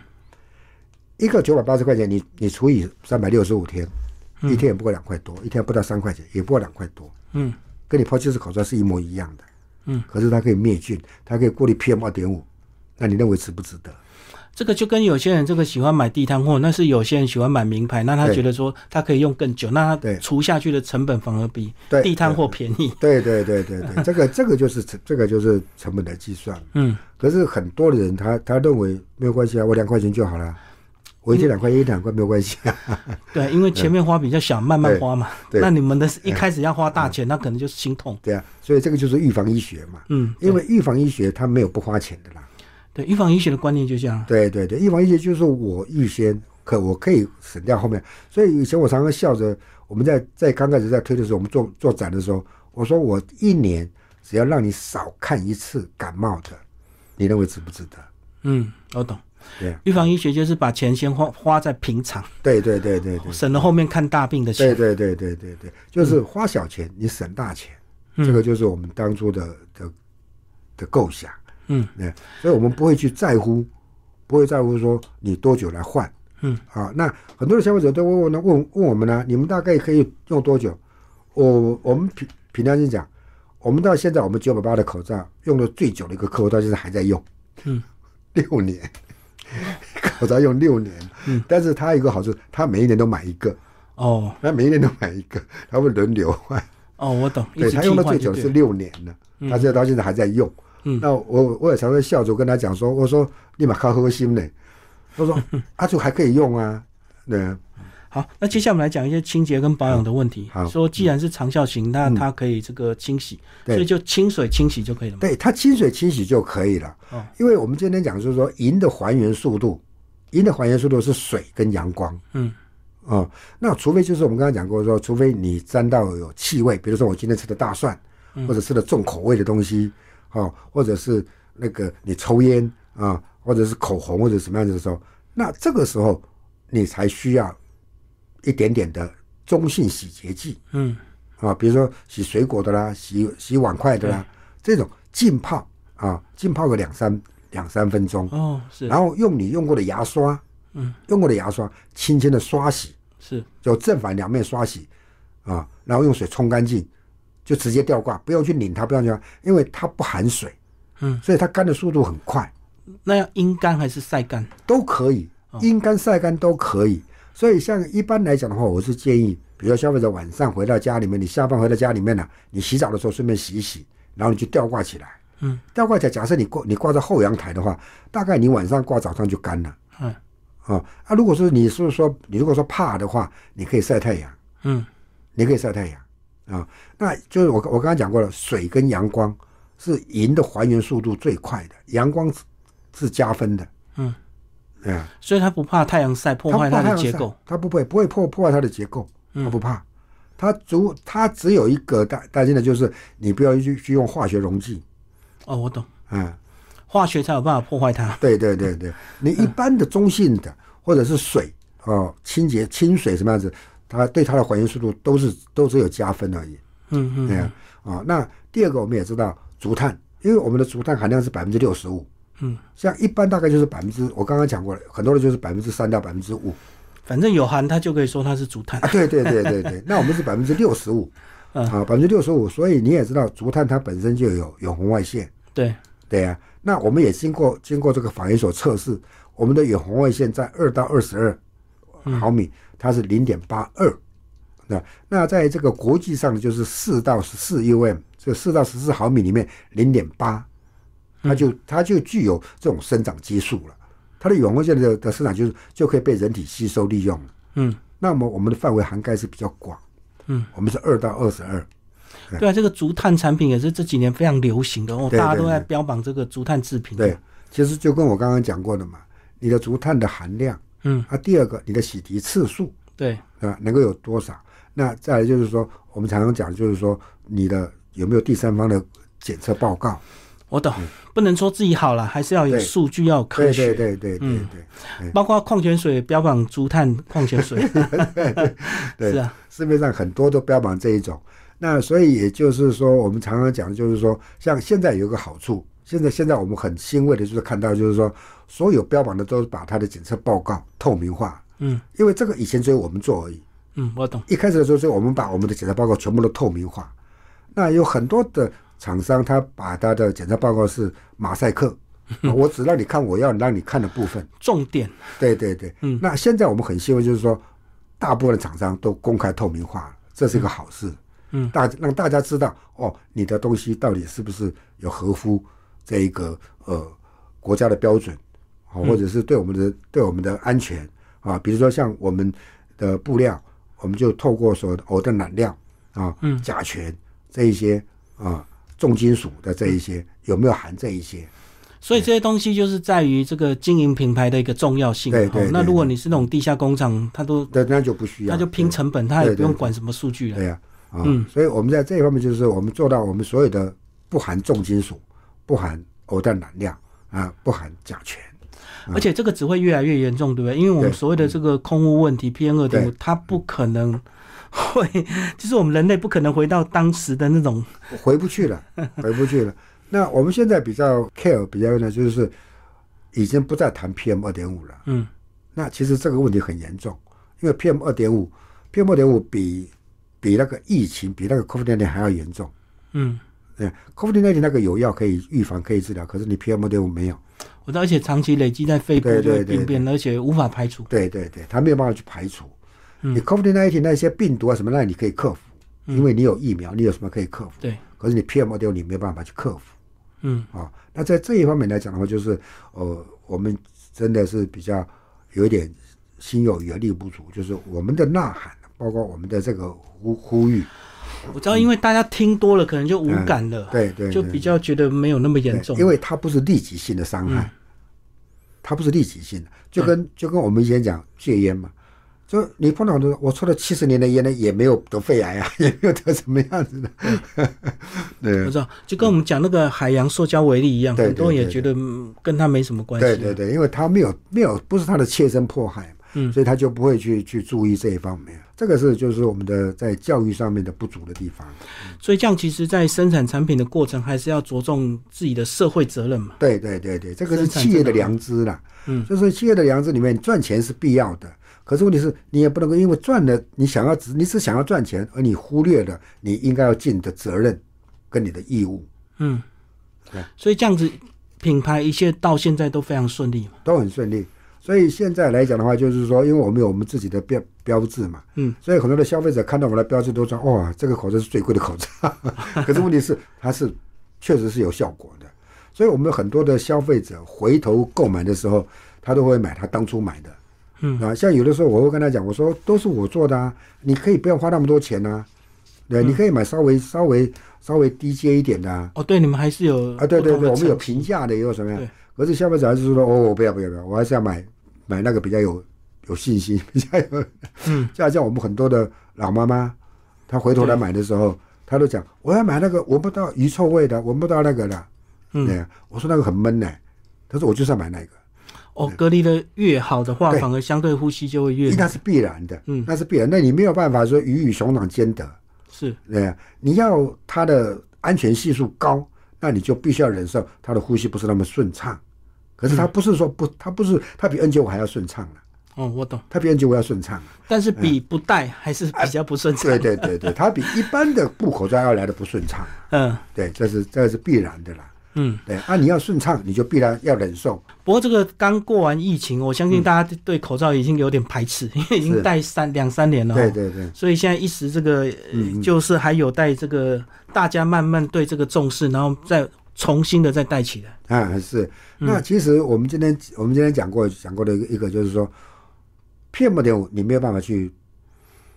S2: 一个九百八十块钱，你你除以三百六十五天，一天也不过两块多，一天不到三块钱，也不过两块多，
S1: 嗯，
S2: 跟你抛弃式口罩是一模一样的，
S1: 嗯，
S2: 可是它可以灭菌，它可以过滤 PM 二点五，那你认为值不值得？
S1: 这个就跟有些人这个喜欢买地摊货，那是有些人喜欢买名牌，那他
S2: 对
S1: 觉得说他可以用更久，那他
S2: 对
S1: 除下去的成本反而比
S2: 对
S1: 地摊货便宜。
S2: 对对对对 对，这个这个就是成这个就是成本的计算。
S1: 嗯，
S2: 可是很多的人他他认为没有关系啊，我两块钱就好了，我一天两块钱一两块没有关系啊。
S1: 对，因为前面花比较小，慢慢花嘛。
S2: 对对嗯
S1: 那你们的一开始要花大钱，那可能就是心痛。
S2: 对啊，所以这个就是预防医学嘛。
S1: 嗯，
S2: 因为预防医学它没有不花钱的啦。
S1: 对，预防医学的观念就这样。
S2: 对对对，预防医学就是我预先可我可以省掉后面。所以以前我常常笑着，我们在在刚开始在推的时候，我们做做展的时候，我说我一年只要让你少看一次感冒的，你认为值不值得？
S1: 嗯，我懂。
S2: 对啊，
S1: 预防医学就是把钱先花花在平常，
S2: 对对对对对。
S1: 省了后面看大病的
S2: 嗯对
S1: 钱。嗯
S2: 对对对对对，就是花小钱，你省大钱，这个就是我们当初的的的构想。
S1: 嗯，
S2: 对，所以我们不会去在乎，不会在乎说你多久来换。
S1: 嗯，
S2: 啊，那很多的消费者都问问问问我们呢、你们大概可以用多久？我我们平平常心讲，我们到现在我们九百八的口罩用的最久的一个客户到现在还在用，
S1: 嗯，
S2: 六年，口罩用六年，嗯，但是它有一个好处，它每一年都买一个，
S1: 哦
S2: 他每一年都买一个， 他会轮流换。
S1: 哦，我懂，一
S2: 对
S1: 直
S2: 他
S1: 替
S2: 用的
S1: 换
S2: 最
S1: 就
S2: 久
S1: 对
S2: 是
S1: 了。
S2: 六年了，他现在到现在还在用。
S1: 嗯
S2: 那我我也常常笑着跟他讲说，我说立马靠核心呢，他说 阿祖还可以用啊，对，
S1: 好，那接下来我们来讲一些清洁跟保养的问题。
S2: 好嗯
S1: 说既然是长效型，那它可以这个清洗，
S2: 对
S1: 所以就清水清洗就可以了嘛。
S2: 对，它清水清洗就可以了。
S1: 哦
S2: 因为我们今天讲就是说银的还原速度，银的还原速度是水跟阳光。
S1: 嗯，
S2: 哦，那除非就是我们刚刚讲过说，除非你沾到有气味，比如说我今天吃的大蒜，
S1: 嗯
S2: 或者吃的重口味的东西，哦，或者是那个你抽烟啊、或者是口红或者什么样子的时候，那这个时候你才需要一点点的中性洗洁剂
S1: 嗯，
S2: 啊，比如说洗水果的啦，洗洗碗筷的啦，这种浸泡啊，浸泡个两三两三分钟，
S1: 哦，是
S2: 然后用你用过的牙刷，
S1: 嗯，
S2: 用过的牙刷轻轻的刷洗，
S1: 是，
S2: 就正反两面刷洗啊，然后用水冲干净，就直接吊挂，不用去拧它，不用去，因为它不含水，
S1: 嗯，
S2: 所以它干的速度很快，
S1: 那要阴干还是晒干？
S2: 都可以，
S1: 嗯
S2: 阴干晒干都可以。所以像一般来讲的话，我是建议，比如说消费者晚上回到家里面，你下班回到家里面呢、啊你洗澡的时候顺便洗一洗，然后你就吊挂起来，
S1: 嗯，
S2: 吊挂起来，假设你挂你挂在后阳台的话，大概你晚上挂早上就干了。
S1: 嗯
S2: 啊、啊！如果说你是说你如果说怕的话，你可以晒太阳，
S1: 嗯，
S2: 你可以晒太阳啊、那就是我我刚刚讲过了，水跟阳光是银的还原速度最快的，阳光是是加分的，
S1: 嗯，
S2: 啊、
S1: 所以它不怕太阳晒破
S2: 它不
S1: 坏
S2: 怕
S1: 它
S2: 太
S1: 的
S2: 阳
S1: 结
S2: 晒
S1: 构。，嗯
S2: 它不会不会破破坏它的结构，它不怕，它只它只有一个大担心的就是你不要去去用化学溶剂，
S1: 哦，我懂，
S2: 啊、
S1: 化学才有办法破坏它。
S2: 对对对对，你一般的中性的或者是水哦，清洁清水什么样子，它对它的还原速度都是都只有加分而已。
S1: 嗯嗯，
S2: 对啊，啊、那第二个我们也知道竹炭，因为我们的竹炭含量是百分之六十五，
S1: 嗯，
S2: 像一般大概就是百分之，我刚刚讲过了，很多的就是百分之三到百分之五
S1: 反正有含它就可以说它是竹炭
S2: 啊，。对对对对对，那我们是百分之六十五，
S1: 嗯
S2: 啊，百分之六十五，所以你也知道竹炭它本身就有有红外线，
S1: 对，
S2: 对呀、那我们也经过经过这个法研所测试，我们的远红外线在二到二十
S1: 嗯
S2: 二毫米，它是零点八二。那那在这个国际上就是四到十四 UM，这四到十四毫米里面零点八，它
S1: 嗯
S2: 就它就具有这种生长激素了。它的远红外线的的生长激素就可以被人体吸收利用了。
S1: 嗯，
S2: 那么我们的范围涵盖是比较广，
S1: 嗯，
S2: 我们是二到二十二，
S1: 对啊，这个竹炭产品也是这几年非常流行的哦，
S2: 对
S1: 大家
S2: 对
S1: 都在
S2: 对
S1: 标榜这个竹炭制品。
S2: 对，，其实就跟我刚刚讲过的嘛，你的竹炭的含量，
S1: 嗯，
S2: 啊，第二个你的洗涤次数
S1: 对，
S2: 啊能够有多少？那再来就是说，我们常常讲就是说你的有没有第三方的检测报告？
S1: 我懂，不能说自己好了，还是要有
S2: 嗯对
S1: 数据，要有科
S2: 对
S1: 学。嗯
S2: 对对对对对对
S1: 包括矿泉水标榜竹炭矿泉水，
S2: 对
S1: 是啊，
S2: 市面上很多都标榜这一种。那所以也就是说，我们常常讲，就是说，像现在有一个好处，现在现在我们很欣慰的就是看到，就是说，所有标榜的都把它的检测报告透明化，
S1: 嗯
S2: 因为这个以前只有我们做而已。
S1: 嗯，我懂，
S2: 一开始的时候，是我们把我们的检测报告全部都透明化。那有很多的厂商，他把他的检测报告是马赛克，啊我只让你看我要让你看的部分。
S1: 重点，
S2: 对对对，
S1: 嗯
S2: 那现在我们很希望就是说，大部分的厂商都公开透明化了，这是一个好事。
S1: 嗯
S2: 大让大家知道哦，你的东西到底是不是有合乎这一个呃国家的标准，啊、
S1: 嗯
S2: 或者是对我们的对我们的安全啊，比如说像我们的布料，我们就透过所偶的染料啊、
S1: 嗯
S2: 甲醛这一些啊重金属的这一些有没有含这一些？
S1: 所以这些东西就是在于这个经营品牌的一个重要性。
S2: 对对
S1: 哦那
S2: 对
S1: 如果你是那种地下工厂，它都
S2: 那那就不需要，
S1: 它就拼成本，它也
S2: 对对
S1: 不用
S2: 对
S1: 管什么数据了。
S2: 对呀、啊，
S1: 嗯
S2: 所以我们在这一方面就是我们做到我们所有的不含重金属，不含偶氮染料啊，不含甲醛。
S1: 而且这个只会越来越严重，对不对？因为我们
S2: 对嗯
S1: 所谓的这个空污问题 PM 二点五
S2: 对，
S1: 它不可能 会，就是我们人类不可能回到当时的那种，
S2: 回不去了，回不去了。那我们现在比较 care 比较呢，就是已经不再谈 PM 二点五了。
S1: 嗯
S2: 那其实这个问题很严重，因为 PM 二点五，PM 二点五比比那个疫情，比那个 COVID-19 还要严重。
S1: 嗯。
S2: 对，COVID-19 那个有药可以预防、可以治疗，可是你 PM 二点五没有。
S1: 我知道，而且长期累积在肺部
S2: 对
S1: 就会
S2: 对对
S1: 病变，而且无法排除。
S2: 对对对，他没有办法去排除。你 COVID-19 那些病毒啊什么，那你可以克服，因为你有疫苗，你有什么可以克服？
S1: 对，
S2: 可是你 PM 二点五你没有办法去克服。
S1: 嗯
S2: 啊、那在这一方面来讲的话，就是呃，我们真的是比较有一点心有余而力不足，就是我们的呐喊，包括我们的这个呼呼吁，
S1: 我知道，因为大家听多了，可能就无感了，
S2: 嗯对对，
S1: 就
S2: 对
S1: 比较觉得没有那么严
S2: 对
S1: 重。嗯
S2: 因为它不是立即性的伤害，它不是立即性的，就跟就跟我们以前讲戒烟嘛。就你碰到很多人，我抽了七十年的烟呢，也没有得肺癌啊， 也没有得什么样子的。
S1: 我知道，就跟我们讲那个海洋塑胶微粒一样，
S2: 对对
S1: 很多人也
S2: 对
S1: 觉得嗯跟它没什么关系。
S2: 对对对，因为他没有没有不是他的切身迫害嘛，
S1: 嗯
S2: 所以他就不会去去注意这一方面。这个是就是我们的在教育上面的不足的地方。
S1: 所以这样其实，在生产产品的过程，还是要着重自己的社会责任嘛。
S2: 对对对对，这个是
S1: 生产
S2: 企业
S1: 真的
S2: 的良知啦，
S1: 嗯
S2: 就是企业的良知里面赚钱是必要的，可是问题是你也不能够因为赚了你想要只你只想要赚钱，而你忽略了你应该要尽的责任跟你的义务
S1: 嗯
S2: 对，
S1: 所以这样子，品牌一切到现在都非常顺利嘛。
S2: 都很顺利。所以现在来讲的话，就是说，因为我们有我们自己的标标志嘛，
S1: 嗯，
S2: 所以很多的消费者看到我们的标志都说：“哇，这个口罩是最贵 的口罩。”可是问题是，它是确实是有效果的。所以我们有很多的消费者回头购买的时候，他都会买他当初买的。
S1: 嗯
S2: 啊，像有的时候我会跟他讲，我说都是我做的啊，你可以不要花那么多钱啊，对，
S1: 嗯
S2: 你可以买稍微稍微稍微低阶一点的啊。
S1: 哦，对，你们还是有
S2: 啊，对对对，我们有
S1: 品
S2: 平价的，也有什么
S1: 对
S2: 呀？可是消费者还是说，哦，我不要不要不要，我还是要买买那个比较有有信心， 比较有，
S1: 嗯，
S2: 就好像我们很多的老妈妈，她回头来买的时候，她都讲我要买那个闻不到鱼臭味的，闻不到那个的，
S1: 嗯
S2: 对呀，啊我说那个很闷呢、她说我就是要买那个，
S1: 哦，隔离的越好的话，
S2: 对
S1: 反而相对呼吸就会
S2: 因
S1: 越
S2: 为那是必然的，
S1: 嗯
S2: 那是必然，那你没有办法说鱼与熊掌兼得，
S1: 是
S2: 对呀，你要它的安全系数高，那你就必须要忍受它的呼吸不是那么顺畅。可是它不是说不，它不是它比 N 9 5还要顺畅了、
S1: 哦，我懂。
S2: 它比 N 9 5要顺畅、啊。
S1: 但是比不戴还是比较不顺畅。
S2: 对对对对，它比一般的布口罩要来的不顺畅、
S1: 嗯
S2: 对，这是这是必然的啦。
S1: 嗯。
S2: 对啊，你要顺畅，你就必然要忍受。
S1: 不过这个刚过完疫情，我相信大家对口罩已经有点排斥， 因为已经
S2: 嗯是
S1: 戴三两三年了哦。
S2: 对嗯对对
S1: 所以现在一时这个，呃就是还有待这个大家慢慢对这个重视，然后再重新的再戴起来。
S2: 啊，是。
S1: 嗯
S2: 那其实我们今天我们今天讲过讲过的一个一个就是说，PM 点五你没有办法去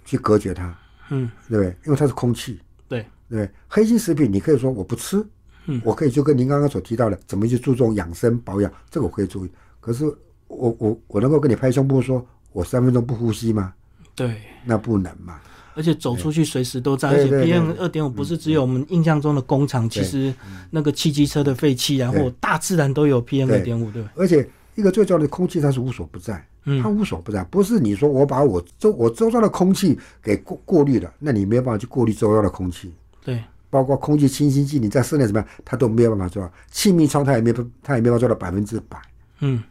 S2: 去隔绝它，
S1: 嗯，
S2: 对不对？因为它是空气。
S1: 对，
S2: 对不对，黑心食品你可以说我不吃，
S1: 嗯
S2: 我可以就跟您刚刚所提到的，怎么去注重养生保养，这个我可以注意。可是我我我能够跟你拍胸脯说我三分钟不呼吸吗？
S1: 对。
S2: 那不能嘛。
S1: 而且走出去随时都在，而且
S2: 对对嗯
S1: PM 二点五不是只有我们印象中的工厂，其实那个汽机车的废气啊，
S2: 对
S1: 或大自然都有 PM 二
S2: 对
S1: 点五，对吧？
S2: 而且一个最重要的空气，它是无所不在，它无所不在，不是你说我把我周我周遭的空气给过过滤了，那你没有办法去过滤周遭的空气，
S1: 对，
S2: 包括空气清新剂，你在室内怎么样，它都没有办法做到，气密窗它也没有它也没有办法做到百分之百，
S1: 嗯，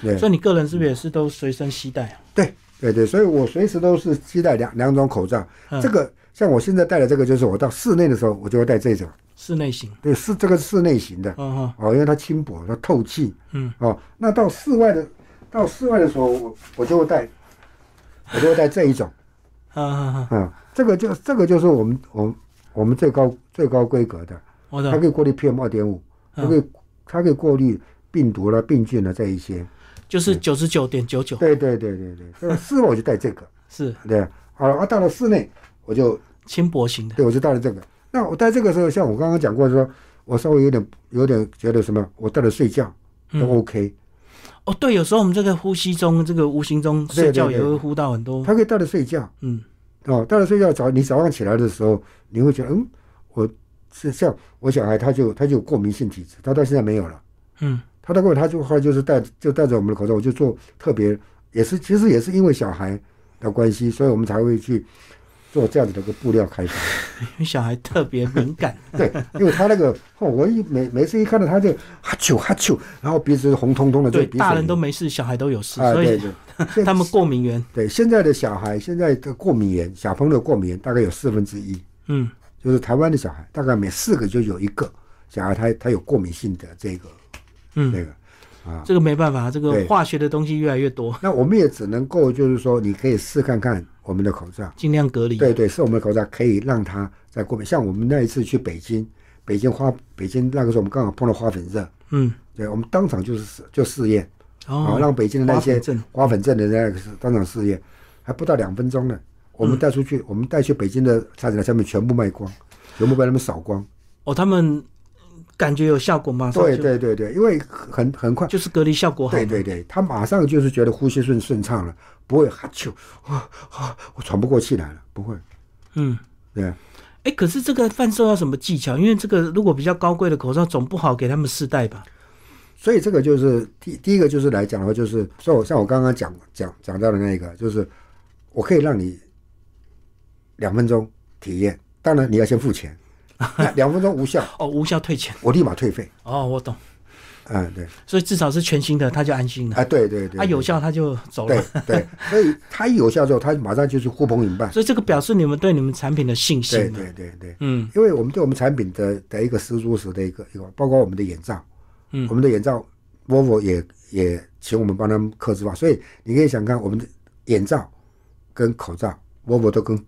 S2: 对
S1: 所以你个人是不是也是都随身携带啊？
S2: 对对对，所以我随时都是期待两两种口罩，
S1: 嗯
S2: 这个像我现在戴的这个，就是我到室内的时候我就会戴这种，
S1: 室内型，
S2: 对，是这个室内型的，
S1: 嗯哼，
S2: 哦，因为它轻薄，它透气。
S1: 嗯，
S2: 哦，那到室外的，到室外的时候，我我就会带，我就会带这一种。
S1: 嗯哼哼，
S2: 嗯，这个就这个就是我们我们我们最高最高规格的，
S1: 我
S2: 它
S1: 的嗯
S2: 可以过滤 PM 二点五，它可以它可以过滤病毒了、病菌了这一些。
S1: 就是九十九点九九，
S2: 对对对对对，这个室外我就带这个，
S1: 是
S2: 对啊。好了，啊，到了室内我就
S1: 轻薄型的，
S2: 对我就带了这个。那我带这个时候，像我刚刚讲过说，我稍微有点有点觉得什么，我带了睡觉都 OK。
S1: 哦，对，有时候我们这个呼吸中，这个无形中
S2: 对对
S1: 睡觉也
S2: 对
S1: 会呼到很多，
S2: 它可以带着睡觉
S1: 嗯，
S2: 哦，带着睡觉早，你早上起来的时候，你会觉得，嗯，我是像我小孩，他就他就有过敏性体质，他到现在没有了。
S1: 嗯，
S2: 他到过敏，他就后来就是戴就戴着我们的口罩，我就做特别，也是其实也是因为小孩的关系，所以我们才会去做这样子的一个布料开发。
S1: 因为小孩特别敏 感，
S2: 对，因为他那个，哦、我一每每次一看到他就哈啾哈啾，然后鼻子红彤彤的，
S1: 对，
S2: 就鼻水
S1: 大人都没事，小孩都有事，
S2: 啊，
S1: 所
S2: 对
S1: 以
S2: 对，
S1: 他们过敏源，
S2: 对现在的小孩，现在的过敏源，小朋友的过敏源大概有四分之一。
S1: 嗯，
S2: 就是台湾的小孩，大概每四个就有一个小孩他他有过敏性的这个，
S1: 嗯
S2: 这个。
S1: 这个没办法，这个
S2: 对
S1: 化学的东西越来越多，
S2: 那我们也只能够就是说，你可以试看看我们的口罩，
S1: 尽量隔离，
S2: 对对，是我们的口罩可以让他在过敏。像我们那一次去北京，北京花北京那个时候我们刚好碰到花粉症，
S1: 嗯，
S2: 对我们当场就是试就试验，啊，
S1: 哦，
S2: 让北京的
S1: 花
S2: 那些
S1: 粉症
S2: 花粉症的那个当场试验，还不到两分钟呢，我们带出
S1: 嗯
S2: 去，我们带去北京的菜市场下面全部卖光，全部被他们扫光。
S1: 哦，他们感觉有效果，马上
S2: 对
S1: 就
S2: 对对对，因为很很快。
S1: 就是隔离效果好
S2: 对，对对，他马上就是觉得呼吸顺顺畅了，不会哈啾，啊啊，我喘不过气来了，不会，
S1: 嗯。
S2: 对啊，
S1: 哎、可是这个贩售要什么技巧？因为这个如果比较高贵的口罩，总不好给他们试戴吧？
S2: 所以这个就是第第一个就是来讲的话，就是像我像我刚刚讲讲讲到的那一个，就是我可以让你两分钟体验，当然你要先 付钱，那两分钟无效，
S1: 哦，无效退钱。
S2: 我立马退费，
S1: 哦，我懂。
S2: 啊、对，
S1: 所以至少是全新的，他就安心了。
S2: 啊对对对，
S1: 他、有效，他就走
S2: 对
S1: 了。
S2: 对，所以他一有效之后，他马上就是呼朋 引伴，
S1: 所以这个表示你们对你们产品的信心
S2: 对
S1: 嘛。
S2: 对对对，
S1: 嗯，
S2: 因为我们对我们产品的的一个十足十的一个一个，包括我们的眼罩，
S1: 嗯
S2: 我们的眼罩，vivo 也也请我们帮他们刻制化，所以你可以想看我们的眼罩跟口罩，vivo 都跟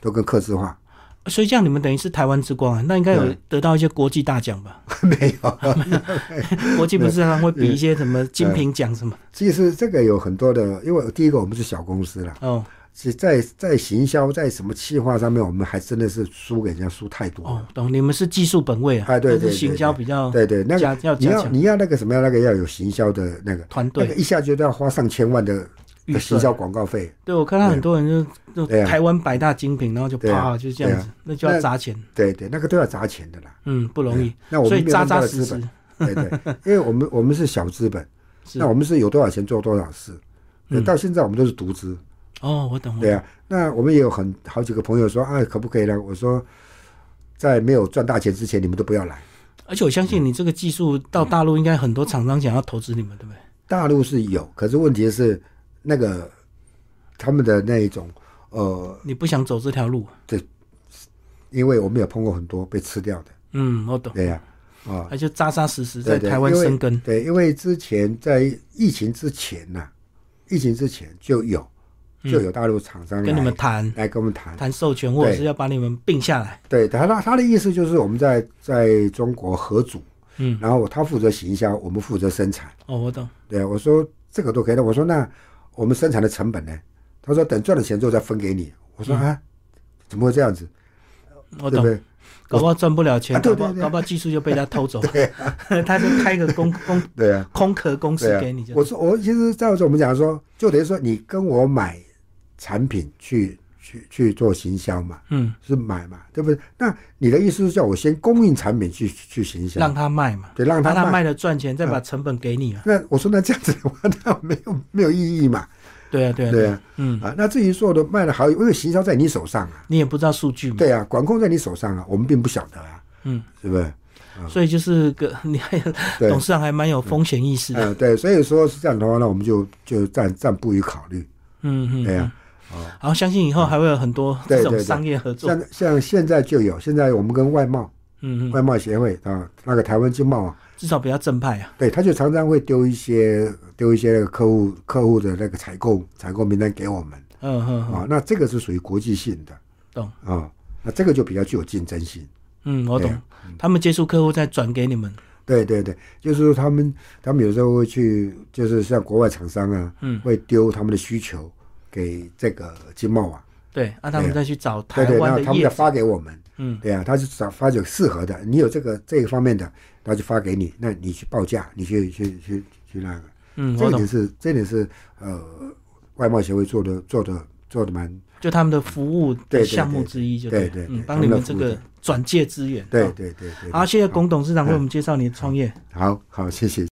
S2: 都跟刻制化，
S1: 所以这样你们等于是台湾之光啊，那应该有
S2: 对
S1: 得到一些国际大奖吧？
S2: 没有。
S1: 国际不是常常会比一些什么金瓶奖什么？
S2: 其实这个有很多的，因为第一个我们是小公司啦，
S1: 哦
S2: 是在在行销在什么企划上面，我们还真的是输给人家输太多了。
S1: 哦，懂。你们是技术本位啊，
S2: 哎，对对
S1: 但
S2: 对，
S1: 是行销比较
S2: 对对，那
S1: 哦加
S2: 个
S1: 要
S2: 你
S1: 加
S2: 要
S1: 强
S2: 你要那个什么样，那个要有行销的那个
S1: 团
S2: 那
S1: 队
S2: 个。一下就要花上千万的呃
S1: 预算
S2: 行销广告费，
S1: 对，我看到很多人就
S2: 对
S1: 就
S2: 啊
S1: 台湾百大精品，然后就
S2: 对
S1: 啪
S2: 啊
S1: 就这样子
S2: 对，
S1: 那就要
S2: 那
S1: 砸钱，
S2: 对对，那个都要砸钱的啦。
S1: 嗯，不容易
S2: 对。啊那我
S1: 所
S2: 们
S1: 以
S2: 没有
S1: 扎
S2: 那么大
S1: 扎
S2: 的
S1: 实
S2: 资本
S1: 实，，
S2: 对对， 因为我们我们是小资本，
S1: 是嗯
S2: 那我们是有多少钱做多少事。对到现在我们都是独资，
S1: 哦，我懂了。
S2: 对啊。那我们也有很好几个朋友说啊，可不可以来？我说，在没有赚大钱之前，你们都不要来。
S1: 而且我相信你这个技术到大陆，应该很多厂商想要投资你们，对不对？
S2: 大陆是有，可是问题是那个他们的那一种呃，
S1: 你不想走这条路，
S2: 因为我们也碰过很多被吃掉的，
S1: 嗯，我懂。
S2: 对呀、啊，啊，
S1: 那就扎扎实实在
S2: 对对
S1: 台湾生根，
S2: 对，因为之前在疫情之前呐、疫情之前就有就有大陆厂商来、
S1: 嗯跟你们谈
S2: 来跟我们谈，
S1: 谈授权，或者
S2: 嗯对
S1: 是要把你们并下来。
S2: 对他他他的意思就是我们在在中国合组，
S1: 嗯，
S2: 然后他负责行销，我们负责生产。
S1: 哦，我懂。
S2: 对，我说这个都可以的，我说那我们生产的成本呢？他说等赚了钱之后再分给你。我说、啊，怎么会这样子？
S1: 嗯我
S2: 对
S1: 懂，
S2: 不对？
S1: 搞不好赚不了钱，
S2: 啊
S1: 搞
S2: 对
S1: 不好
S2: 对啊对
S1: 搞不好技术就被他偷 走， 他就开个公公
S2: 对啊，
S1: 空壳公
S2: 对
S1: 司
S2: 啊
S1: 给你就。
S2: 我说我其实在我这我们讲说，就等于说你跟我买产品去去去做行销嘛，
S1: 嗯，
S2: 是买嘛，对不对？那你的意思是叫我先供应产品去去行销，
S1: 让他卖嘛，
S2: 对，让
S1: 让
S2: 他
S1: 他
S2: 卖。嗯
S1: 卖了赚钱，再把成本给你啊。
S2: 那我说那这样子的话，那没有没有意义嘛？
S1: 对啊，对啊，
S2: 对
S1: 啊
S2: 啊，啊，那至于做的卖的好，因为行销在你手上啊，
S1: 你也不知道数据嘛。
S2: 对啊，管控在你手上啊，我们并不晓得啊，
S1: 嗯，
S2: 是不是？
S1: 所以就是个 你还
S2: 对
S1: 董事长还蛮有风险意识的。
S2: 嗯，对，所以说是这样的话，那我们就就暂暂不予考虑。
S1: 嗯嗯，
S2: 对啊，
S1: 然后相信以后还会有很多
S2: 对
S1: 这
S2: 对
S1: 种
S2: 对
S1: 商业合作。
S2: 像像现在就有，现在我们跟外贸
S1: 嗯嗯，
S2: 外贸协会啊，那个台湾经贸啊，
S1: 至少比较正派啊。
S2: 对，他就常常会丢一些丢一些客户客户的那个采购采购名单给我们
S1: 嗯嗯嗯，
S2: 啊，那这个是属于国际性的
S1: 懂。
S2: 啊，那这个就比较具有竞争性。
S1: 嗯，我
S2: 对
S1: 懂
S2: 啊。
S1: 他们接触客户再转给你们。
S2: 对对对，就是说他们他们有时候会去，就是像国外厂商啊，
S1: 嗯
S2: 会丢他们的需求给这个经贸网，
S1: 对，啊，他们再去找台
S2: 对对，然
S1: 湾
S2: 后
S1: 的
S2: 他们
S1: 业
S2: 再
S1: 者。
S2: 发给我们，
S1: 嗯，
S2: 对啊，他就找发有适合的，你有这个这一方面的，他就发给你，那你去报价，你去去去去那个，
S1: 嗯，
S2: 这
S1: 我
S2: 一
S1: 懂
S2: 点。是这一点是呃外贸协会做的做的做的蛮
S1: 就他们的服务
S2: 对
S1: 的
S2: 对
S1: 项目之一，就
S2: 对
S1: 了
S2: 对
S1: 嗯
S2: 对对，
S1: 帮你
S2: 他们
S1: 们
S2: 的
S1: 这
S2: 服务
S1: 个转介资源。
S2: 对
S1: 哦。
S2: 对对对，
S1: 好，谢谢龚董事长为我们介绍你的创业。
S2: 好好谢谢。